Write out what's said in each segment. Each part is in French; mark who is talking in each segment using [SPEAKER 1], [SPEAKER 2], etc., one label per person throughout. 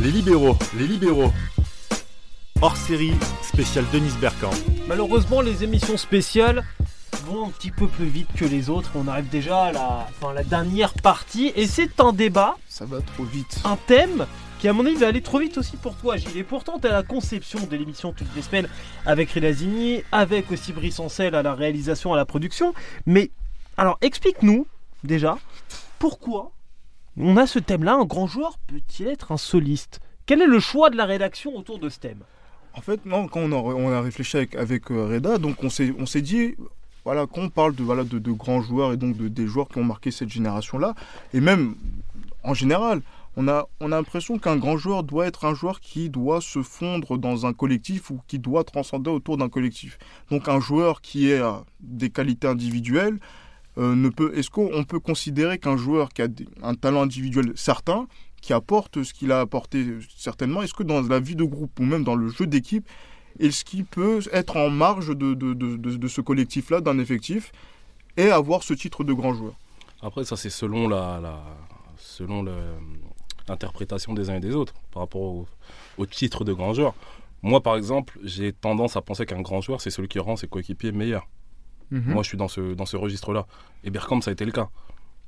[SPEAKER 1] Les libéraux, les libéraux.
[SPEAKER 2] Hors série, spécial Denis Berkan.
[SPEAKER 3] Malheureusement, les émissions spéciales vont un petit peu plus vite que les autres. On arrive déjà à la, enfin, la dernière partie et c'est un débat,
[SPEAKER 1] Ça va trop vite.
[SPEAKER 3] un thème qui à mon avis va aller trop vite aussi pour toi Gilles. Et pourtant t'as la conception de l'émission toutes les semaines avec Rilazini, avec aussi Brice Ancel à la réalisation, à la production. Mais alors explique-nous déjà pourquoi on a ce thème-là, un grand joueur peut-il être un soliste Quel est le choix de la rédaction autour de ce thème
[SPEAKER 4] En fait, non, quand on a, on a réfléchi avec, avec, euh, Reda, donc on s'est, on s'est dit, voilà, quand on parle de, voilà, de, de grands joueurs et donc de, des joueurs qui ont marqué cette génération-là, et même en général, on a, on a l'impression qu'un grand joueur doit être un joueur qui doit se fondre dans un collectif ou qui doit transcender autour d'un collectif. Donc un joueur qui a des qualités individuelles, euh, ne peut, est-ce qu'on peut considérer qu'un joueur qui a des- un talent individuel certain, qui apporte ce qu'il a apporté euh, certainement, est-ce que dans la vie de groupe ou même dans le jeu d'équipe, est-ce qu'il peut être en marge de, de- de- de- de ce collectif-là, d'un effectif, et avoir ce titre de grand joueur
[SPEAKER 5] Après, ça, c'est selon la, la- selon le- l'interprétation des uns et des autres par rapport au, au titre de grand joueur. Moi, par exemple, j'ai tendance à penser qu'un grand joueur, c'est celui qui rend ses coéquipiers meilleurs.
[SPEAKER 4] Mmh.
[SPEAKER 5] Moi, je suis dans ce, dans ce registre-là. Et Bergkamp, ça a été le cas.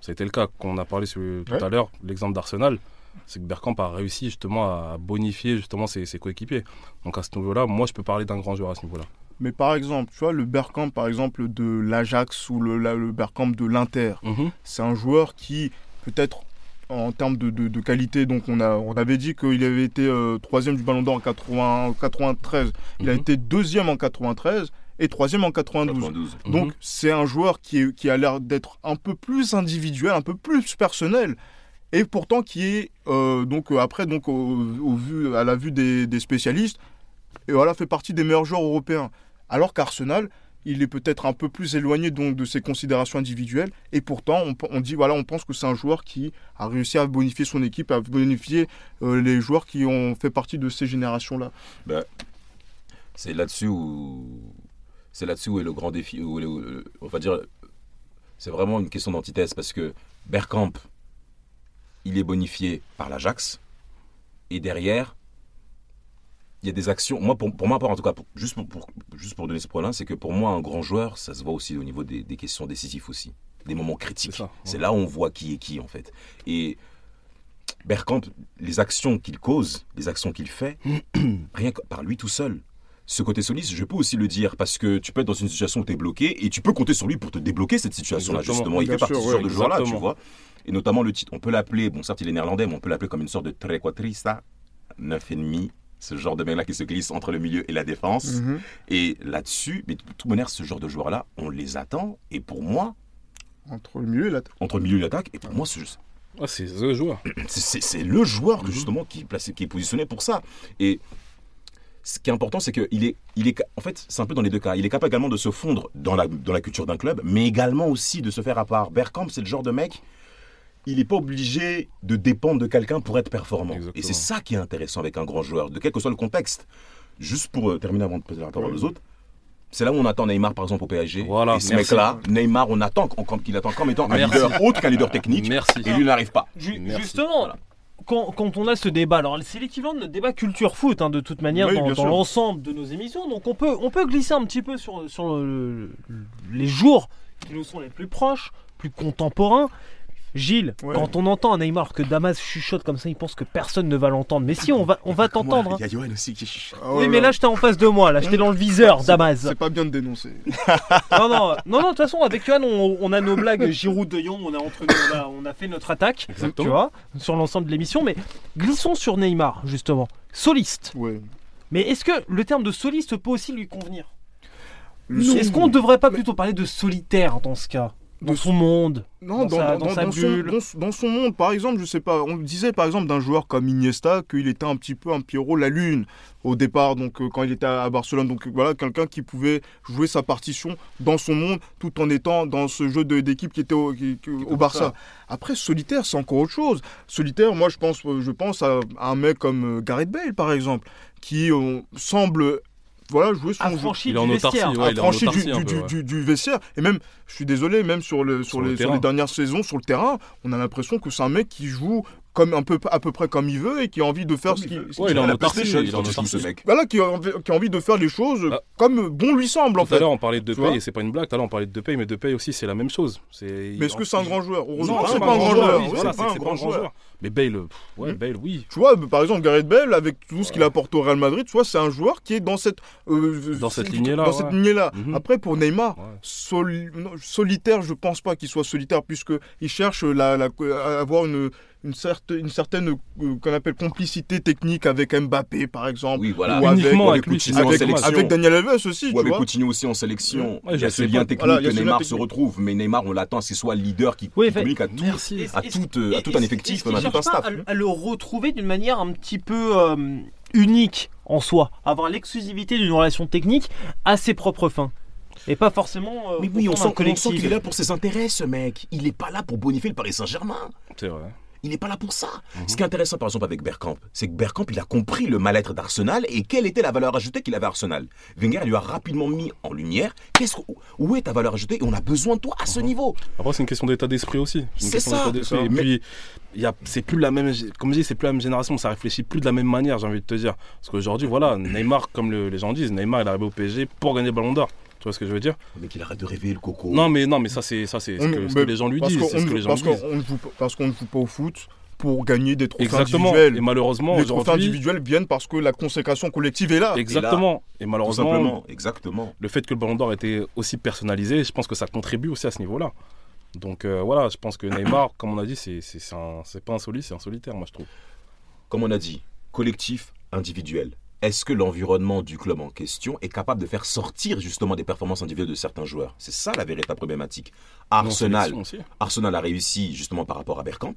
[SPEAKER 5] Ça a été le cas qu'on a parlé sur- tout
[SPEAKER 4] Ouais.
[SPEAKER 5] à l'heure, l'exemple d'Arsenal. C'est que Bergkamp a réussi justement à bonifier justement ses, ses coéquipiers. Donc à ce niveau-là, moi, je peux parler d'un grand joueur à ce niveau-là.
[SPEAKER 4] Mais par exemple, tu vois, le Bergkamp, par exemple, de l'Ajax ou le, la- le Bergkamp de l'Inter,
[SPEAKER 5] Mhm.
[SPEAKER 4] C'est un joueur qui, peut-être, en termes de, de- de qualité, donc on, a, on avait dit qu'il avait été euh, troisième du Ballon d'Or en 80 93. Il a
[SPEAKER 5] Mhm.
[SPEAKER 4] été deuxième en 93 et troisième en 92.
[SPEAKER 6] 92.
[SPEAKER 4] Donc
[SPEAKER 5] Mhm.
[SPEAKER 4] c'est un joueur qui, est- qui a l'air d'être un peu plus individuel, un peu plus personnel, et pourtant qui est euh, donc euh, après donc au, au vu, à la vue des, des spécialistes, et voilà fait partie des meilleurs joueurs européens. Alors qu'Arsenal, il est peut-être un peu plus éloigné donc de ses considérations individuelles, et pourtant on, pe- on dit voilà on pense que c'est un joueur qui a réussi à bonifier son équipe, à bonifier euh, les joueurs qui ont fait partie de ces générations là.
[SPEAKER 6] C'est là-dessus où c'est là-dessus où est le grand défi. Où est le- on va dire, c'est vraiment une question d'antithèse parce que Bergkamp, il est bonifié par l'Ajax et derrière, il y a des actions. Moi, pour, pour ma part, en tout cas, pour- juste pour, pour- juste pour donner ce point-là, c'est que pour moi, un grand joueur, ça se voit aussi au niveau des, des questions décisives aussi, des moments critiques.
[SPEAKER 5] C'est ça, ouais.
[SPEAKER 6] C'est là où on voit qui est qui en fait. Et Bergkamp, les actions qu'il cause, les actions qu'il fait, rien que par lui tout seul. Ce côté soliste, je peux aussi le dire, parce que tu peux être dans une situation où tu es bloqué et tu peux compter sur lui pour te débloquer cette situation-là,
[SPEAKER 5] Exactement.
[SPEAKER 6] justement. Il
[SPEAKER 5] Bien
[SPEAKER 6] fait partie
[SPEAKER 5] sûr,
[SPEAKER 6] de ce genre
[SPEAKER 5] ouais,
[SPEAKER 6] de joueur-là, tu
[SPEAKER 5] exactement.
[SPEAKER 6] vois. Et notamment le titre, on peut l'appeler, bon, certes, il est néerlandais, mais on peut l'appeler comme une sorte de trequatrista, neuf et demi, ce genre de mec-là qui se glisse entre le milieu et la défense.
[SPEAKER 5] Mm.
[SPEAKER 3] Mhm.
[SPEAKER 6] Et là-dessus, mais de toute manière, ce genre de joueur-là, on les attend, et pour moi,
[SPEAKER 4] Entre le milieu et la
[SPEAKER 6] entre le milieu et l'attaque, et pour moi, ce,
[SPEAKER 5] Ah, c'est The Joueur.
[SPEAKER 6] c'est- C'est c'est le joueur
[SPEAKER 5] Mhm.
[SPEAKER 6] que, justement qui est, placé, qui est positionné pour ça. Et ce qui est important, c'est qu'il est, il est, ca- en fait, c'est un peu dans les deux cas. Il est capable également de se fondre dans la, dans la culture d'un club, mais également aussi de se faire à part. Bergkamp, c'est le genre de mec, il n'est pas obligé de dépendre de quelqu'un pour être performant. Et
[SPEAKER 5] Exactement.
[SPEAKER 6] c'est ça qui est intéressant avec un grand joueur, de quel que soit le contexte. Juste pour euh, terminer avant de poser la parole aux autres, c'est là où on attend Neymar, par exemple, au PSG.
[SPEAKER 5] Voilà,
[SPEAKER 6] et ce
[SPEAKER 5] merci.
[SPEAKER 6] mec-là, Neymar, on attend qu'on- qu'on- qu'il attend comme étant un
[SPEAKER 5] Merci.
[SPEAKER 6] leader autre qu'un leader technique.
[SPEAKER 5] Merci.
[SPEAKER 6] Et lui il n'arrive pas.
[SPEAKER 3] Ju-
[SPEAKER 5] Merci.
[SPEAKER 3] Justement,
[SPEAKER 6] Voilà.
[SPEAKER 3] quand, quand on a ce débat, alors c'est l'équivalent de notre débat culture foot, hein, de toute manière,
[SPEAKER 4] Oui,
[SPEAKER 3] dans,
[SPEAKER 4] bien
[SPEAKER 3] dans
[SPEAKER 4] sûr.
[SPEAKER 3] l'ensemble de nos émissions. Donc on peut, on peut glisser un petit peu sur, sur le- le- les jours qui nous sont les plus proches, plus contemporains. Gilles,
[SPEAKER 4] Ouais.
[SPEAKER 3] quand on entend un Neymar que Damas chuchote comme ça, il pense que personne ne va l'entendre. Mais si, on va, on va t'entendre. hein.
[SPEAKER 6] Il y a Johan aussi qui chuchote.
[SPEAKER 3] Oui, mais là, j'étais en face de moi, là, j'étais dans le viseur, Damas.
[SPEAKER 4] Oh c'est pas bien de dénoncer.
[SPEAKER 3] Non, non, non, non, de toute façon, avec Johan, on, on a nos blagues Giroud de Jong, on a entre nous, on a, on a fait notre attaque,
[SPEAKER 5] Exactement.
[SPEAKER 3] tu vois, sur l'ensemble de l'émission. Mais glissons sur Neymar, justement. Soliste.
[SPEAKER 4] Ouais.
[SPEAKER 3] Mais est-ce que le terme de soliste peut aussi lui convenir
[SPEAKER 4] Le
[SPEAKER 3] Est-ce qu'on ne devrait pas plutôt parler de solitaire dans ce cas Dans
[SPEAKER 4] De
[SPEAKER 3] son monde
[SPEAKER 4] Non,
[SPEAKER 3] Dans
[SPEAKER 4] dans,
[SPEAKER 3] sa-
[SPEAKER 4] dans-
[SPEAKER 3] dans sa
[SPEAKER 4] dans son-
[SPEAKER 3] bulle.
[SPEAKER 4] dans son, dans son monde, par exemple, je sais pas, on disait par exemple d'un joueur comme Iniesta qu'il était un petit peu un Pierrot la lune au départ, donc euh, quand il était à à Barcelone. Donc euh, voilà, quelqu'un qui pouvait jouer sa partition dans son monde tout en étant dans ce jeu de- d'équipe qui était au, qui- qui- au Barça. Après, solitaire, c'est encore autre chose. Solitaire, moi je pense, euh, je pense à, à un mec comme euh, Gareth Bale, par exemple, qui euh, semble voilà, jouer son jeu
[SPEAKER 3] Affranchi
[SPEAKER 5] Il
[SPEAKER 3] du
[SPEAKER 5] est en autarcie,
[SPEAKER 3] vestiaire.
[SPEAKER 5] ouais, il est en
[SPEAKER 4] affranchi Ah, du,
[SPEAKER 5] autarcie un
[SPEAKER 4] du-
[SPEAKER 5] peu,
[SPEAKER 4] du-
[SPEAKER 5] ouais.
[SPEAKER 4] du- du vestiaire. Et même, je suis désolé, même sur, le, sur,
[SPEAKER 5] Sur
[SPEAKER 4] les,
[SPEAKER 5] le
[SPEAKER 4] sur
[SPEAKER 5] terrain.
[SPEAKER 4] les dernières saisons, sur le terrain, on a l'impression que c'est un mec qui joue comme un peu, à peu près comme il veut et qui a envie de faire ce qu'il ce
[SPEAKER 5] Ouais,
[SPEAKER 4] qu'il-
[SPEAKER 5] il est en
[SPEAKER 6] La
[SPEAKER 5] autarcie,
[SPEAKER 6] PlayStation,
[SPEAKER 5] il est en
[SPEAKER 6] il s'en fout, ce
[SPEAKER 5] autarcie.
[SPEAKER 6] mec.
[SPEAKER 4] voilà, qui a, envie- qui a envie de faire les choses
[SPEAKER 5] Ah.
[SPEAKER 4] comme bon lui semble en
[SPEAKER 5] Tout à
[SPEAKER 4] fait.
[SPEAKER 5] l'heure, on parlait de
[SPEAKER 4] Tu
[SPEAKER 5] paye,
[SPEAKER 4] vois
[SPEAKER 5] et c'est pas une blague. Tout à l'heure, on parlait de paye, mais de paye aussi, c'est la même chose.
[SPEAKER 4] Mais est-ce que c'est un grand joueur Heureusement,
[SPEAKER 5] Non,
[SPEAKER 4] c'est pas un grand joueur.
[SPEAKER 5] oui,
[SPEAKER 4] c'est
[SPEAKER 5] voilà,
[SPEAKER 4] pas un grand joueur.
[SPEAKER 5] Mais Bale, euh, pff, ouais,
[SPEAKER 4] Hmm.
[SPEAKER 5] Bale, oui.
[SPEAKER 4] Tu vois, par exemple, Gareth Bale, avec tout ce qu'il apporte au Real Madrid, tu vois, c'est un joueur qui est dans cette, euh,
[SPEAKER 5] Dans cette lignée-là,
[SPEAKER 4] Dans
[SPEAKER 5] ouais.
[SPEAKER 4] cette lignée-là.
[SPEAKER 5] Mhm.
[SPEAKER 4] Après, pour Neymar,
[SPEAKER 5] Ouais.
[SPEAKER 4] soli- non, solitaire, je pense pas qu'il soit solitaire, puisque il cherche la, la- à avoir une, une, certe- une certaine euh, qu'on appelle complicité technique avec Mbappé, par exemple,
[SPEAKER 6] Oui, voilà.
[SPEAKER 4] Ou avec-
[SPEAKER 5] Uniquement
[SPEAKER 6] avec
[SPEAKER 5] avec lui,
[SPEAKER 6] Coutinho,
[SPEAKER 5] c'est
[SPEAKER 6] en
[SPEAKER 5] vraiment
[SPEAKER 4] avec,
[SPEAKER 5] sélection.
[SPEAKER 6] sélection.
[SPEAKER 4] avec Daniel Alves aussi,
[SPEAKER 6] Ou
[SPEAKER 4] tu
[SPEAKER 6] avec
[SPEAKER 4] vois.
[SPEAKER 6] Coutinho aussi en sélection.
[SPEAKER 5] Ouais,
[SPEAKER 6] il y a
[SPEAKER 5] je
[SPEAKER 6] ce
[SPEAKER 5] sais
[SPEAKER 6] lien
[SPEAKER 5] pas.
[SPEAKER 6] technique
[SPEAKER 4] Voilà, il y a
[SPEAKER 6] que
[SPEAKER 4] ce lien
[SPEAKER 6] Neymar se
[SPEAKER 4] technique.
[SPEAKER 6] retrouve. Mais Neymar, on l'attend à ce qu'il soit leader qui,
[SPEAKER 3] Oui,
[SPEAKER 6] qui
[SPEAKER 3] fait-
[SPEAKER 6] communique à tout.
[SPEAKER 5] Merci.
[SPEAKER 6] à
[SPEAKER 3] Est-ce-
[SPEAKER 6] tout, euh, à
[SPEAKER 3] est-ce-
[SPEAKER 6] tout un hein.
[SPEAKER 3] est-ce-
[SPEAKER 6] effectif,
[SPEAKER 3] est-ce qu'il
[SPEAKER 6] même à
[SPEAKER 4] tout un
[SPEAKER 3] cherche pas
[SPEAKER 4] staff.
[SPEAKER 3] À, à le retrouver d'une manière un petit peu euh, unique en soi, avoir l'exclusivité d'une relation technique à ses propres fins. Et pas forcément. euh,
[SPEAKER 6] Mais
[SPEAKER 3] au
[SPEAKER 6] oui, on
[SPEAKER 3] fond d'un
[SPEAKER 6] sent, on
[SPEAKER 3] collectif.
[SPEAKER 6] sent qu'il est là pour ses intérêts, ce mec. Il n'est pas là pour bonifier le Paris Saint-Germain.
[SPEAKER 5] C'est vrai.
[SPEAKER 6] Il n'est pas là pour ça. Ce qui est intéressant, par exemple, avec Bergkamp, c'est que Bergkamp, il a compris le mal-être d'Arsenal et quelle était la valeur ajoutée qu'il avait à Arsenal. Wenger lui a rapidement mis en lumière qu'est-ce que- où est ta valeur ajoutée et on a besoin de toi à ce niveau.
[SPEAKER 5] Après, c'est une question d'état d'esprit aussi. une
[SPEAKER 6] C'est
[SPEAKER 5] question
[SPEAKER 6] ça,
[SPEAKER 5] d'état d'esprit.
[SPEAKER 6] c'est ça.
[SPEAKER 5] Et puis, il y a- c'est plus la même. gé- Comme je dis, c'est plus la même génération. Ça réfléchit plus de la même manière. J'ai envie de te dire. Parce qu'aujourd'hui, voilà, Neymar, comme le- les gens disent, Neymar, il est arrivé au PSG pour gagner le Ballon d'Or. Tu vois ce que je veux dire
[SPEAKER 6] Mais qu'il arrête de rêver le coco.
[SPEAKER 5] Non, mais non, mais ça, c'est ça, c'est ce
[SPEAKER 4] On-
[SPEAKER 5] que, ce
[SPEAKER 4] Hmm, mais
[SPEAKER 5] que les gens lui
[SPEAKER 4] Parce
[SPEAKER 5] disent.
[SPEAKER 4] qu'on
[SPEAKER 5] C'est ce que les gens
[SPEAKER 4] parce
[SPEAKER 5] lui disent.
[SPEAKER 4] qu'on ne joue pas- parce qu'on ne joue pas au foot pour gagner des trophées
[SPEAKER 5] Exactement.
[SPEAKER 4] individuels.
[SPEAKER 5] Et malheureusement,
[SPEAKER 4] les trophées
[SPEAKER 5] aujourd'hui,
[SPEAKER 4] individuels viennent parce que la consécration collective est là.
[SPEAKER 5] exactement. Et
[SPEAKER 6] Tout
[SPEAKER 5] malheureusement,
[SPEAKER 6] simplement, exactement.
[SPEAKER 5] le fait que le Ballon d'Or était aussi personnalisé, je pense que ça contribue aussi à ce niveau-là. Donc euh, voilà, je pense que Neymar, comme on a dit, c'est c'est- c'est un- c'est pas un solide, c'est un solitaire, moi je trouve.
[SPEAKER 6] Comme on a dit, collectif, individuel. Est-ce que l'environnement du club en question est capable de faire sortir justement des performances individuelles de certains joueurs C'est ça la véritable problématique. Arsenal,
[SPEAKER 5] Non, c'est une action aussi.
[SPEAKER 6] Arsenal a réussi justement par rapport à Bergkamp.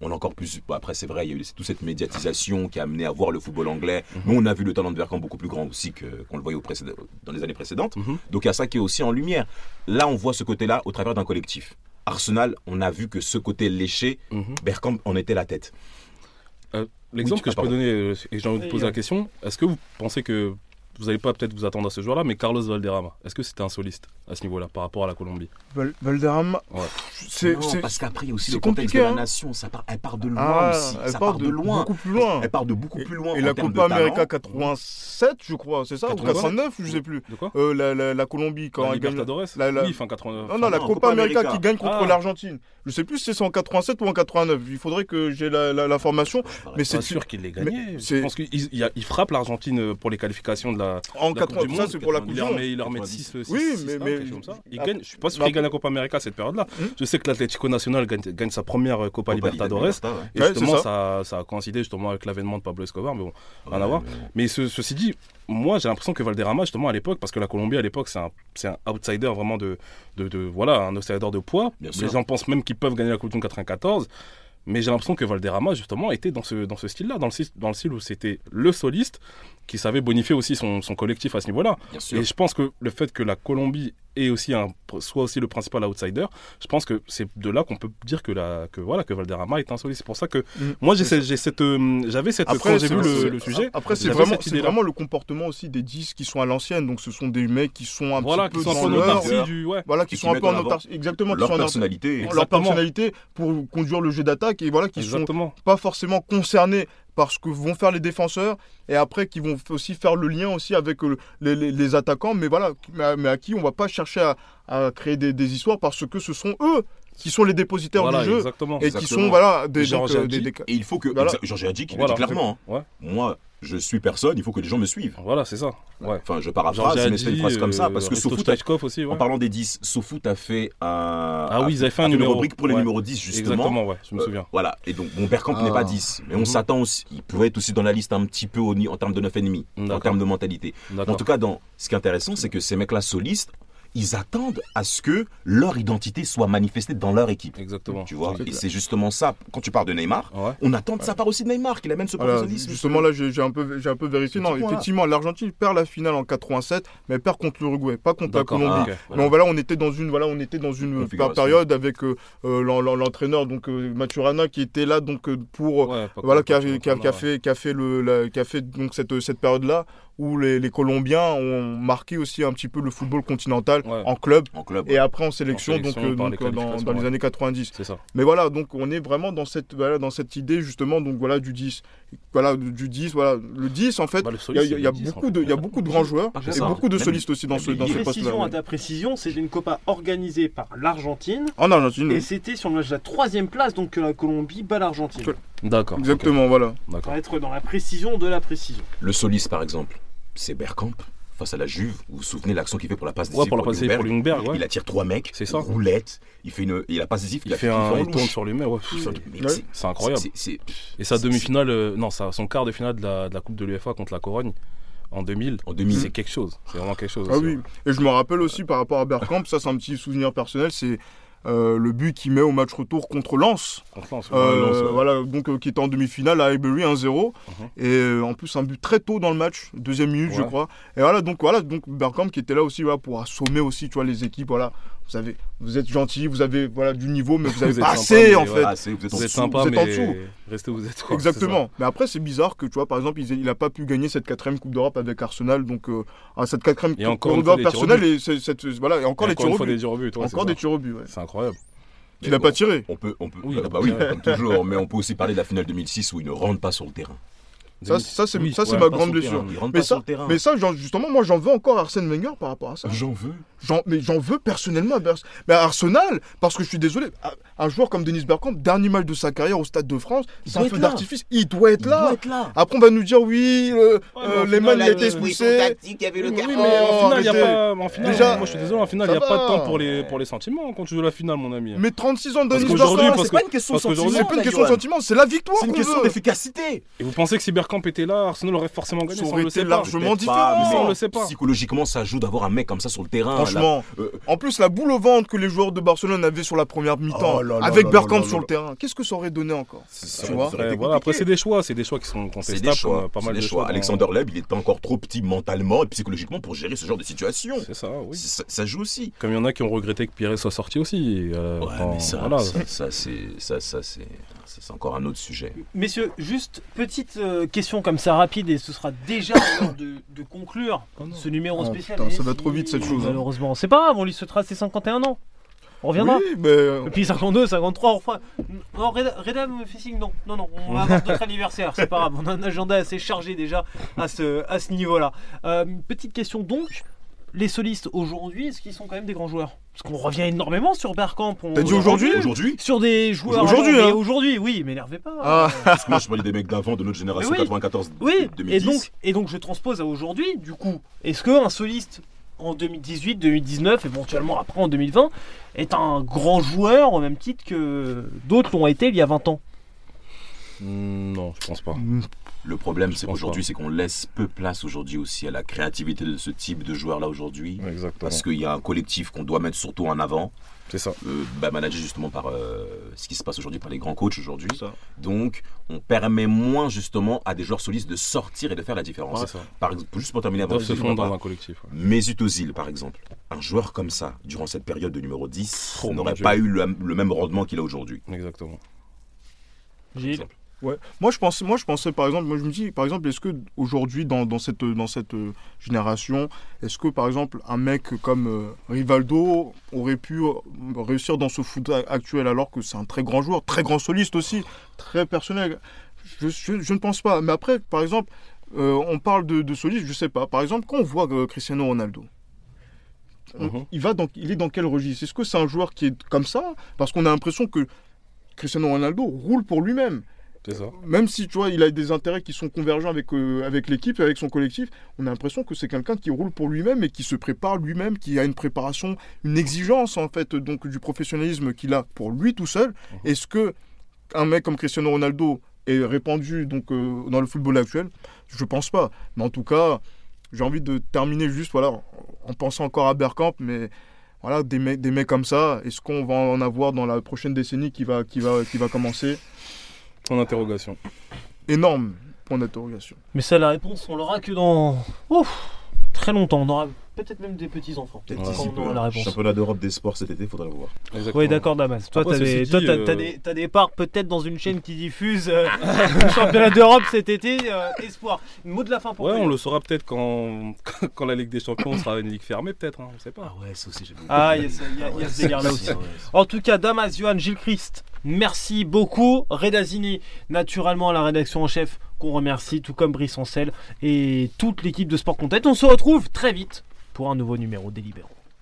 [SPEAKER 6] On l'a encore plus. bon, après, c'est vrai, il y a eu toute cette médiatisation qui a amené à voir le football anglais.
[SPEAKER 4] Mhm.
[SPEAKER 6] Mais on a vu le talent de Bergkamp beaucoup plus grand aussi que- qu'on le voyait au précédent- dans les années précédentes.
[SPEAKER 5] Mhm.
[SPEAKER 6] Donc il y a ça qui est aussi en lumière. Là, on voit ce côté-là au travers d'un collectif. Arsenal, on a vu que ce côté léché,
[SPEAKER 5] Mhm.
[SPEAKER 6] Bergkamp en était la tête.
[SPEAKER 5] L'exemple
[SPEAKER 6] Oui,
[SPEAKER 5] que je peux
[SPEAKER 6] pardon.
[SPEAKER 5] donner, euh, et j'ai envie de
[SPEAKER 3] Oui,
[SPEAKER 5] poser
[SPEAKER 3] euh.
[SPEAKER 5] la question, est-ce que vous pensez que vous n'allez pas peut-être vous attendre à ce joueur-là, mais Carlos Valderrama, est-ce que c'était un soliste à ce niveau-là par rapport à la Colombie
[SPEAKER 4] Val- Valderrama,
[SPEAKER 5] Ouais.
[SPEAKER 4] c'est
[SPEAKER 6] Non,
[SPEAKER 4] c'est-
[SPEAKER 6] parce qu'après, il y a aussi
[SPEAKER 4] c'est
[SPEAKER 6] le contexte
[SPEAKER 4] compliqué,
[SPEAKER 6] de la
[SPEAKER 4] hein.
[SPEAKER 6] nation. Ça part, elle part de loin
[SPEAKER 4] Ah,
[SPEAKER 6] aussi.
[SPEAKER 4] elle
[SPEAKER 6] ça
[SPEAKER 4] part de,
[SPEAKER 6] loin.
[SPEAKER 4] beaucoup plus loin.
[SPEAKER 6] Elle part de beaucoup plus loin.
[SPEAKER 4] Et
[SPEAKER 6] en
[SPEAKER 4] la
[SPEAKER 6] termes de
[SPEAKER 4] Copa
[SPEAKER 6] talent.
[SPEAKER 4] América 87, je crois, c'est ça Ou
[SPEAKER 5] 89,
[SPEAKER 4] 89, je sais plus.
[SPEAKER 5] De quoi
[SPEAKER 4] Euh, la, la- la Colombie, quand
[SPEAKER 5] La
[SPEAKER 4] elle gagne. Non,
[SPEAKER 5] Libertadores
[SPEAKER 4] la- la-
[SPEAKER 5] Oui, fin 89.
[SPEAKER 4] non,
[SPEAKER 5] fin-
[SPEAKER 4] la
[SPEAKER 6] non,
[SPEAKER 4] Copa
[SPEAKER 6] Copa
[SPEAKER 4] América
[SPEAKER 6] América.
[SPEAKER 4] qui gagne contre
[SPEAKER 5] Ah.
[SPEAKER 4] l'Argentine. Je sais plus si c'est en 87 ou en 89. Il faudrait que j'ai la, la- la formation. Mais
[SPEAKER 5] Pas
[SPEAKER 4] c'est
[SPEAKER 5] sûr qu'il l'ait
[SPEAKER 4] mais
[SPEAKER 5] gagné. Je
[SPEAKER 4] c'est-
[SPEAKER 5] pense qu'il il y a- il frappe l'Argentine euh, pour les qualifications de la.
[SPEAKER 4] en
[SPEAKER 5] la Coupe du
[SPEAKER 4] 80, ça
[SPEAKER 5] Monde,
[SPEAKER 4] c'est pour la Coupe
[SPEAKER 5] Il
[SPEAKER 4] du
[SPEAKER 5] leur
[SPEAKER 4] Monde.
[SPEAKER 5] met, il leur met
[SPEAKER 6] 90.
[SPEAKER 5] 6, euh, six-
[SPEAKER 4] Oui,
[SPEAKER 5] six,
[SPEAKER 4] mais-
[SPEAKER 5] un,
[SPEAKER 4] mais-
[SPEAKER 5] quelque chose comme ça. Il
[SPEAKER 4] Ah,
[SPEAKER 5] gagne, je suis pas sûr
[SPEAKER 4] bah,
[SPEAKER 5] qu'il gagne la Copa América à cette période-là.
[SPEAKER 4] Hmm.
[SPEAKER 5] Je sais que l'Atlético Nacional gagne, gagne sa première euh, Copa,
[SPEAKER 6] Copa
[SPEAKER 5] Libertadores.
[SPEAKER 6] Libertadores, ouais.
[SPEAKER 5] Et
[SPEAKER 4] Ouais,
[SPEAKER 5] justement,
[SPEAKER 4] c'est
[SPEAKER 5] ça. ça a coïncidé justement avec l'avènement de Pablo Escobar. Mais bon, Rien à
[SPEAKER 6] Ouais,
[SPEAKER 5] voir.
[SPEAKER 6] mais-
[SPEAKER 5] Mais ce- ceci dit, moi j'ai l'impression que Valderrama, justement à l'époque, parce que la Colombie à l'époque c'est un, c'est un outsider vraiment de, de, de- Voilà, un outsider de poids.
[SPEAKER 6] Bien
[SPEAKER 5] Les
[SPEAKER 6] sûr.
[SPEAKER 5] gens pensent même qu'ils peuvent gagner la Coupe du Monde 94. Mais j'ai l'impression que Valderrama, justement, était dans ce, dans ce style-là, dans le, style- dans le style où c'était le soliste qui savait bonifier aussi son, son collectif à ce niveau-là.
[SPEAKER 6] Bien sûr.
[SPEAKER 5] Et je pense que le fait que la Colombie ait aussi un, soit aussi le principal outsider, je pense que c'est de là qu'on peut dire que, la, que, voilà, que Valderrama est un soliste. C'est pour ça que
[SPEAKER 4] Mm.
[SPEAKER 5] moi j'ai cette- j'ai cette, euh, j'avais cette,
[SPEAKER 4] Après,
[SPEAKER 5] quand j'ai
[SPEAKER 4] c'est-
[SPEAKER 5] vu le,
[SPEAKER 4] c'est-
[SPEAKER 5] le
[SPEAKER 6] Ah,
[SPEAKER 5] sujet,
[SPEAKER 4] Après, c'est
[SPEAKER 5] j'avais
[SPEAKER 4] vraiment,
[SPEAKER 5] cette
[SPEAKER 4] c'est
[SPEAKER 5] idée-là.
[SPEAKER 4] vraiment le comportement aussi des 10 qui sont à l'ancienne. Donc, ce sont des mecs qui sont un
[SPEAKER 5] voilà,
[SPEAKER 4] petit
[SPEAKER 5] qui
[SPEAKER 4] peu
[SPEAKER 5] sont
[SPEAKER 4] dans
[SPEAKER 5] un peu
[SPEAKER 4] leur-
[SPEAKER 5] autarcie du. Ouais.
[SPEAKER 4] Voilà, qui
[SPEAKER 6] Et qui
[SPEAKER 4] sont un
[SPEAKER 6] mettent
[SPEAKER 4] peu
[SPEAKER 6] en
[SPEAKER 4] en
[SPEAKER 6] avant
[SPEAKER 4] autarcie. Exactement, qui
[SPEAKER 6] leur
[SPEAKER 4] sont en autarcie.
[SPEAKER 6] personnalité.
[SPEAKER 5] Exactement.
[SPEAKER 4] Leur personnalité pour conduire le jeu d'attaque et voilà, qui sont
[SPEAKER 5] Exactement.
[SPEAKER 4] pas forcément concernés par ce que vont faire les défenseurs et après qui vont f- aussi faire le lien aussi avec euh, les, les- les attaquants mais voilà mais à, mais à qui on va pas chercher à, à créer des, des histoires parce que ce sont eux qui sont les dépositaires
[SPEAKER 5] Voilà,
[SPEAKER 4] du jeu
[SPEAKER 5] exactement.
[SPEAKER 4] et qui
[SPEAKER 6] exactement.
[SPEAKER 4] sont voilà des
[SPEAKER 5] Genre
[SPEAKER 4] donc, euh, des-
[SPEAKER 5] Jadji.
[SPEAKER 4] des-
[SPEAKER 6] Et il faut que.
[SPEAKER 4] Voilà.
[SPEAKER 6] exa- Georges Hadji qui le
[SPEAKER 5] Voilà.
[SPEAKER 6] dit clairement. hein.
[SPEAKER 5] Ouais.
[SPEAKER 6] Moi, je suis personne, il faut que les gens me suivent.
[SPEAKER 5] Voilà, c'est ça. Ouais.
[SPEAKER 6] Enfin, je
[SPEAKER 5] Genre,
[SPEAKER 6] paraphrase,
[SPEAKER 5] j'ai
[SPEAKER 6] mais c'est une
[SPEAKER 5] dit,
[SPEAKER 6] phrase comme ça.
[SPEAKER 5] euh,
[SPEAKER 6] Parce que
[SPEAKER 5] Risto
[SPEAKER 6] Sofoot, a-
[SPEAKER 5] Stoichkov aussi, ouais.
[SPEAKER 6] en parlant des 10, Sofoot a fait un.
[SPEAKER 5] Ah oui, ils avaient fait un
[SPEAKER 6] une
[SPEAKER 5] numéro.
[SPEAKER 6] rubrique pour les
[SPEAKER 5] Ouais.
[SPEAKER 6] numéros 10, justement.
[SPEAKER 5] Exactement, ouais, je me
[SPEAKER 6] Euh,
[SPEAKER 5] souviens.
[SPEAKER 6] Voilà, et donc bon, Bergkamp
[SPEAKER 1] Ah.
[SPEAKER 6] n'est pas 10, mais on
[SPEAKER 5] Mhm.
[SPEAKER 6] s'attend aussi. Il pourrait être aussi dans la liste un petit peu au, ni- en termes de 9,5, en
[SPEAKER 5] D'accord.
[SPEAKER 6] termes de mentalité. En
[SPEAKER 5] D'accord.
[SPEAKER 6] tout cas, dans, ce qui est intéressant, c'est que ces mecs-là solistes, ils attendent à ce que leur identité soit manifestée dans leur équipe.
[SPEAKER 5] Exactement.
[SPEAKER 6] Tu vois,
[SPEAKER 4] C'est
[SPEAKER 6] et
[SPEAKER 4] clair.
[SPEAKER 6] c'est justement ça. Quand tu parles de Neymar,
[SPEAKER 5] Ouais.
[SPEAKER 6] on attend de sa part aussi de Neymar qu'il amène ce
[SPEAKER 4] Voilà,
[SPEAKER 6] professionnalisme.
[SPEAKER 4] justement là j'ai j'ai un peu j'ai un peu vérifié
[SPEAKER 6] Ce
[SPEAKER 4] non
[SPEAKER 6] petit point-là.
[SPEAKER 4] effectivement l'Argentine perd la finale en 87 mais elle perd contre l'Uruguay pas contre la
[SPEAKER 5] D'accord.
[SPEAKER 4] Colombie
[SPEAKER 5] ok.
[SPEAKER 4] Mais on, voilà, on était dans une, voilà, on était dans une
[SPEAKER 6] Configuration.
[SPEAKER 4] période avec euh, euh, l'en- l'en- l'entraîneur donc euh, Maturana qui était là donc euh, pour euh,
[SPEAKER 5] Ouais, pas
[SPEAKER 4] voilà qui a,
[SPEAKER 5] comme-
[SPEAKER 4] qui a- qui a
[SPEAKER 5] ouais.
[SPEAKER 4] fait qui a fait le la- qui a fait donc cette cette période là où les, les Colombiens ont marqué aussi un petit peu le football continental
[SPEAKER 5] Ouais.
[SPEAKER 4] en club
[SPEAKER 6] en club.
[SPEAKER 4] et après en sélection,
[SPEAKER 5] sélection,
[SPEAKER 4] donc, euh,
[SPEAKER 5] par les
[SPEAKER 4] donc, euh, dans,
[SPEAKER 5] qualifications,
[SPEAKER 4] dans les
[SPEAKER 5] ouais.
[SPEAKER 4] années 90.
[SPEAKER 5] C'est ça.
[SPEAKER 4] Mais voilà, donc on est vraiment dans cette, voilà, dans cette idée justement donc voilà du 10. Voilà, du 10, voilà. Le 10, en fait,
[SPEAKER 5] Bah,
[SPEAKER 4] il y
[SPEAKER 5] le
[SPEAKER 4] a-
[SPEAKER 5] soliste,
[SPEAKER 4] il y, a- il y a beaucoup de- il y a beaucoup de grands joueurs
[SPEAKER 6] Par
[SPEAKER 4] et
[SPEAKER 6] contre,
[SPEAKER 4] beaucoup de
[SPEAKER 6] même-
[SPEAKER 4] solistes aussi dans
[SPEAKER 6] même
[SPEAKER 4] ce,
[SPEAKER 6] les
[SPEAKER 4] dans ce poste-là.
[SPEAKER 3] Précision à
[SPEAKER 4] ouais.
[SPEAKER 3] ta précision, c'est une Copa organisée par l'Argentine
[SPEAKER 4] En
[SPEAKER 6] Mm.
[SPEAKER 4] Argentine,
[SPEAKER 3] et c'était sur le match de la troisième place donc que la Colombie bat l'Argentine.
[SPEAKER 4] Tout-
[SPEAKER 5] D'accord.
[SPEAKER 4] exactement, voilà.
[SPEAKER 5] ok, D'accord.
[SPEAKER 3] Pour être dans la précision de la précision.
[SPEAKER 6] Le Solis, par exemple, c'est Bergkamp face à la Juve. Vous vous souvenez l'action qu'il fait pour la passe
[SPEAKER 5] Ouais,
[SPEAKER 6] décisive
[SPEAKER 5] pour la passer pour
[SPEAKER 6] Ljungberg
[SPEAKER 5] Lundberg, ouais.
[SPEAKER 6] Il attire trois mecs,
[SPEAKER 5] C'est ça.
[SPEAKER 6] roulette, il fait une, et la passe décisive
[SPEAKER 5] Il
[SPEAKER 6] qu'il a
[SPEAKER 5] fait
[SPEAKER 6] fait
[SPEAKER 5] un
[SPEAKER 6] en
[SPEAKER 5] il tourne
[SPEAKER 6] louche.
[SPEAKER 5] sur lui-même, ouais.
[SPEAKER 6] Sur lui. Mais
[SPEAKER 4] Ouais.
[SPEAKER 6] c'est-
[SPEAKER 5] C'est incroyable.
[SPEAKER 6] c'est- c'est- pff,
[SPEAKER 5] Et sa
[SPEAKER 6] c'est-
[SPEAKER 5] demi-finale, euh, non, sa- son quart de finale de la, de la Coupe de l'UEFA contre la Corogne en 2000,
[SPEAKER 6] En 2000.
[SPEAKER 5] c'est quelque chose. C'est vraiment quelque chose.
[SPEAKER 4] Hmm. Ah
[SPEAKER 5] aussi,
[SPEAKER 4] oui, et
[SPEAKER 5] ouais.
[SPEAKER 4] je me rappelle aussi par rapport à Bergkamp, ça c'est un petit souvenir personnel, c'est euh, le but qu'il met au match retour contre Lens,
[SPEAKER 5] Contre Lens, ouais.
[SPEAKER 4] euh,
[SPEAKER 5] Lens, ouais. Uh-huh.
[SPEAKER 4] voilà, donc euh, qui était en demi-finale à Highbury 1-0, et euh, en plus un but très tôt dans le match, deuxième minute je
[SPEAKER 5] Ouais.
[SPEAKER 4] crois, et voilà donc voilà donc Bergkamp qui était là aussi voilà, pour assommer aussi tu vois les équipes voilà, vous avez vous êtes gentil, vous avez voilà du niveau mais vous avez
[SPEAKER 5] êtes
[SPEAKER 4] pas
[SPEAKER 5] sympa,
[SPEAKER 4] assez
[SPEAKER 5] mais
[SPEAKER 4] en fait.
[SPEAKER 5] voilà.
[SPEAKER 6] Ah, c'est- vous êtes en
[SPEAKER 5] Vous êtes
[SPEAKER 6] dessous.
[SPEAKER 5] sympa,
[SPEAKER 4] vous êtes en dessous.
[SPEAKER 5] mais restez où vous êtes. quoi.
[SPEAKER 4] Exactement. Mais après, c'est bizarre que, tu vois, par exemple, il n'a pas pu gagner cette quatrième Coupe d'Europe avec Arsenal. Donc, euh, ah, cette quatrième
[SPEAKER 5] Et
[SPEAKER 4] Coupe
[SPEAKER 5] encore une
[SPEAKER 4] d'Europe
[SPEAKER 5] fois, des tirs au
[SPEAKER 4] personnelle, et, c'est- cette- voilà, et
[SPEAKER 5] C'est ça.
[SPEAKER 4] encore
[SPEAKER 5] Et
[SPEAKER 4] les tirs
[SPEAKER 5] une
[SPEAKER 4] au
[SPEAKER 5] fois,
[SPEAKER 4] but.
[SPEAKER 5] des tirs au but. ouais,
[SPEAKER 4] Encore
[SPEAKER 5] c'est
[SPEAKER 4] des
[SPEAKER 5] ça.
[SPEAKER 4] tirs au but, ouais.
[SPEAKER 5] C'est incroyable.
[SPEAKER 6] Mais
[SPEAKER 4] Qu'il n'a
[SPEAKER 6] bon,
[SPEAKER 4] pas tiré.
[SPEAKER 6] On peut, on peut,
[SPEAKER 5] Oui, il
[SPEAKER 6] bah,
[SPEAKER 5] a
[SPEAKER 6] bah
[SPEAKER 5] pas
[SPEAKER 6] oui,
[SPEAKER 5] tiré.
[SPEAKER 6] comme toujours, mais on peut aussi parler de la finale 2006 où il ne rentre pas sur le terrain.
[SPEAKER 4] Ça, ça, c'est-
[SPEAKER 5] Oui,
[SPEAKER 4] ça, c'est
[SPEAKER 5] ouais,
[SPEAKER 4] ma
[SPEAKER 5] pas hein.
[SPEAKER 4] grande
[SPEAKER 5] sur le
[SPEAKER 4] blessure.
[SPEAKER 5] terrain.
[SPEAKER 6] Il rentre
[SPEAKER 4] Mais
[SPEAKER 6] pas sur
[SPEAKER 4] ça,
[SPEAKER 6] le terrain.
[SPEAKER 4] mais ça, j'en- justement, moi, j'en veux encore à Arsène Wenger par rapport à ça.
[SPEAKER 6] J'en veux.
[SPEAKER 4] J'en- mais j'en veux personnellement à Bers- mais à Arsenal, parce que je suis désolé, un- un joueur comme Denis Bergkamp, dernier match de sa carrière au Stade de France, c'est
[SPEAKER 6] doit
[SPEAKER 4] un
[SPEAKER 6] être
[SPEAKER 4] feu
[SPEAKER 6] là.
[SPEAKER 4] d'artifice, il doit être
[SPEAKER 6] Il
[SPEAKER 4] là.
[SPEAKER 6] doit être là.
[SPEAKER 4] Après, on va nous dire, oui, euh,
[SPEAKER 3] mais
[SPEAKER 4] euh,
[SPEAKER 3] au
[SPEAKER 4] Lehmann, il a été
[SPEAKER 3] euh,
[SPEAKER 4] expulsé.
[SPEAKER 5] Oui,
[SPEAKER 4] Oui,
[SPEAKER 5] mais
[SPEAKER 4] mais
[SPEAKER 5] en finale, il y a
[SPEAKER 4] oh, arrêtez.
[SPEAKER 5] pas. En finale,
[SPEAKER 4] Déjà-
[SPEAKER 5] moi je suis désolé, en finale, il
[SPEAKER 4] Ça
[SPEAKER 5] n'y a pas
[SPEAKER 4] va.
[SPEAKER 5] de temps pour les, pour les sentiments quand tu joues la finale, mon ami.
[SPEAKER 4] Mais 36 ans de
[SPEAKER 5] Parce
[SPEAKER 4] Denis
[SPEAKER 5] qu'aujourd'hui,
[SPEAKER 4] Bergkamp,
[SPEAKER 5] parce
[SPEAKER 4] c'est
[SPEAKER 5] que-
[SPEAKER 4] pas-
[SPEAKER 6] une question
[SPEAKER 5] parce qu'aujourd'hui,
[SPEAKER 4] c'est pas une question de sentiment, c'est la victoire.
[SPEAKER 6] C'est une
[SPEAKER 4] qu'on
[SPEAKER 6] question
[SPEAKER 4] veut.
[SPEAKER 6] d'efficacité.
[SPEAKER 5] Et vous pensez que si Bergkamp était là, Arsenal aurait forcément gagné
[SPEAKER 4] Ça
[SPEAKER 5] sans
[SPEAKER 4] aurait
[SPEAKER 5] le
[SPEAKER 4] été
[SPEAKER 5] sait pas.
[SPEAKER 4] largement- Sûrement
[SPEAKER 6] Peut-être pas,
[SPEAKER 4] différent.
[SPEAKER 6] mais
[SPEAKER 5] Ça, on le sait pas.
[SPEAKER 6] Psychologiquement, ça joue d'avoir un mec comme ça sur le
[SPEAKER 4] Ah,
[SPEAKER 6] terrain.
[SPEAKER 4] Franchement,
[SPEAKER 6] là, euh,
[SPEAKER 4] en plus la boule au ventre que les joueurs de Barcelone avaient sur la première mi-temps,
[SPEAKER 6] Oh là là
[SPEAKER 4] avec
[SPEAKER 6] là
[SPEAKER 4] Bergkamp
[SPEAKER 6] là là
[SPEAKER 4] sur le
[SPEAKER 6] là.
[SPEAKER 4] terrain, qu'est-ce que ça aurait donné encore
[SPEAKER 6] ça
[SPEAKER 4] tu
[SPEAKER 6] aurait-
[SPEAKER 4] vois.
[SPEAKER 6] ça aurait
[SPEAKER 5] Ouais,
[SPEAKER 6] été
[SPEAKER 5] voilà, après,
[SPEAKER 6] compliqué.
[SPEAKER 5] c'est des choix, c'est des choix qui sont
[SPEAKER 6] C'est
[SPEAKER 5] contestables.
[SPEAKER 6] des choix,
[SPEAKER 5] euh, pas
[SPEAKER 6] c'est
[SPEAKER 5] mal
[SPEAKER 6] des
[SPEAKER 5] de
[SPEAKER 6] choix.
[SPEAKER 5] dans-
[SPEAKER 6] Alexander Loeb, il était encore trop petit mentalement et psychologiquement pour gérer ce genre de situation.
[SPEAKER 5] C'est ça, oui.
[SPEAKER 6] Ça, ça joue aussi.
[SPEAKER 5] Comme il y en a qui ont regretté que Piré soit sorti aussi. euh,
[SPEAKER 6] Ouais,
[SPEAKER 5] quand-
[SPEAKER 6] mais ça,
[SPEAKER 5] voilà.
[SPEAKER 6] ça, ça, c'est, ça, ça, c'est, ça, c'est encore un autre sujet.
[SPEAKER 3] Messieurs, juste petite euh, question comme ça rapide et ce sera déjà l'heure de, de conclure ce numéro
[SPEAKER 4] Oh,
[SPEAKER 3] spécial.
[SPEAKER 4] putain,
[SPEAKER 3] Mais
[SPEAKER 4] ça va trop vite, cette chose, hein.
[SPEAKER 3] Malheureusement, c'est pas grave, on lui sautera ses 51 ans. On reviendra.
[SPEAKER 4] Oui, mais
[SPEAKER 3] Et puis 52, 53, on refera. Non, Reda, Reda me fait signe, non, non, non, on va avoir d'autres anniversaires, c'est pas grave, on a un agenda assez chargé déjà à ce, à ce niveau-là. Euh, petite question donc, les solistes aujourd'hui, est-ce qu'ils sont quand même des grands joueurs Parce qu'on revient énormément sur Bergkamp. on-
[SPEAKER 4] T'as dit aujourd'hui
[SPEAKER 6] Aujourd'hui
[SPEAKER 3] Sur des joueurs.
[SPEAKER 4] Aujourd'hui,
[SPEAKER 3] avant, mais
[SPEAKER 4] hein.
[SPEAKER 3] Aujourd'hui, oui, m'énervez pas.
[SPEAKER 4] Ah.
[SPEAKER 6] Parce que moi, je parlais des mecs d'avant, de notre génération
[SPEAKER 3] Mais oui.
[SPEAKER 6] 94
[SPEAKER 3] Oui,
[SPEAKER 6] 2010.
[SPEAKER 3] et donc, et donc je transpose à aujourd'hui, du coup, est-ce qu'un soliste en 2018, 2019, éventuellement après en 2020, est un grand joueur au même titre que d'autres l'ont été il y a 20 ans
[SPEAKER 5] Mm, Non, je pense pas.
[SPEAKER 6] Le problème,
[SPEAKER 5] Je
[SPEAKER 6] c'est
[SPEAKER 5] pense
[SPEAKER 6] qu'aujourd'hui, c'est qu'on laisse peu place aujourd'hui aussi à la créativité de ce type de joueur-là aujourd'hui.
[SPEAKER 5] Exactement.
[SPEAKER 6] Parce qu'il y a un collectif qu'on doit mettre surtout en avant,
[SPEAKER 5] C'est ça.
[SPEAKER 6] euh, bah, managé justement par euh, ce qui se passe aujourd'hui par les grands coachs aujourd'hui.
[SPEAKER 4] Ça.
[SPEAKER 6] Donc, on permet moins justement à des joueurs solistes de sortir et de faire la différence.
[SPEAKER 5] Ouais, ça.
[SPEAKER 6] Par exemple, juste pour terminer,
[SPEAKER 5] Ils
[SPEAKER 6] avant
[SPEAKER 5] doivent se
[SPEAKER 6] de-
[SPEAKER 5] fondre dans un collectif. ouais.
[SPEAKER 6] Mesut Ozil, par exemple, un joueur comme ça, durant cette période de numéro 10,
[SPEAKER 5] Oh, mon
[SPEAKER 6] n'aurait
[SPEAKER 5] Dieu.
[SPEAKER 6] pas eu le, le même rendement qu'il a aujourd'hui.
[SPEAKER 5] Exactement.
[SPEAKER 3] Gilles
[SPEAKER 4] Ouais. Moi je pensais, moi je pensais par exemple, moi je me dis par exemple, est-ce que aujourd'hui dans, dans cette dans cette euh, génération, est-ce que par exemple un mec comme euh, Rivaldo aurait pu euh, réussir dans ce foot a- actuel alors que c'est un très grand joueur, très grand soliste aussi, très personnel. Je, je- je ne pense pas. Mais après par exemple, euh, on parle de, de soliste, je sais pas. Par exemple quand on voit euh, Cristiano Ronaldo. on-
[SPEAKER 5] Mhm.
[SPEAKER 4] Il va dans, il est dans quel registre Est-ce que c'est un joueur qui est comme ça Parce qu'on a l'impression que Cristiano Ronaldo roule pour lui-même
[SPEAKER 5] C'est ça.
[SPEAKER 4] même si tu vois, il a des intérêts qui sont convergents avec, euh, avec l'équipe, avec son collectif, on a l'impression que c'est quelqu'un qui roule pour lui-même et qui se prépare lui-même, qui a une préparation, une exigence en fait donc du professionnalisme qu'il a pour lui tout seul. Est-ce que un mec comme Cristiano Ronaldo est répandu donc euh, dans le football actuel Je pense pas. Mais en tout cas, j'ai envie de terminer juste voilà en- en pensant encore à Bergkamp, mais voilà, des mecs, des mecs comme ça, est-ce qu'on va en avoir dans la prochaine décennie qui va, qui va, qui va commencer
[SPEAKER 5] Point d'interrogation.
[SPEAKER 4] Énorme point d'interrogation.
[SPEAKER 3] Mais ça, la réponse, on l'aura que dans. Ouf Très longtemps, on aura peut-être même des petits-enfants.
[SPEAKER 7] Peut-être
[SPEAKER 5] Ouais.
[SPEAKER 7] d'ici
[SPEAKER 3] Quand on aura
[SPEAKER 6] hein.
[SPEAKER 7] peu.
[SPEAKER 3] la réponse.
[SPEAKER 7] Championnat d'Europe des sports cet été, faudra le voir.
[SPEAKER 5] Exactement.
[SPEAKER 3] Oui, d'accord, Damas. Toi,
[SPEAKER 5] Après,
[SPEAKER 3] t'as des,
[SPEAKER 5] ceci
[SPEAKER 3] toi,
[SPEAKER 5] dit,
[SPEAKER 3] t'as-
[SPEAKER 5] euh,
[SPEAKER 3] t'as des, t'as des parts peut-être dans une chaîne qui diffuse euh, le championnat d'Europe cet été. euh, espoir. Mot de la fin pour
[SPEAKER 5] Ouais,
[SPEAKER 3] toi.
[SPEAKER 5] on le saura peut-être quand, quand la Ligue des Champions sera une ligue fermée, peut-être, hein, on ne sait pas.
[SPEAKER 7] ouais, ça aussi, j'ai
[SPEAKER 3] Ah, il y a ce- il y a- il y a ce
[SPEAKER 6] Ah,
[SPEAKER 3] délire-là aussi. En tout cas, Damas, Johan, Gilles Christ, merci beaucoup. Redazini, naturellement, à la rédaction en chef, qu'on remercie, tout comme Brice Ancel et toute l'équipe de Sport Content. On se retrouve très vite pour un nouveau numéro des Libéraux.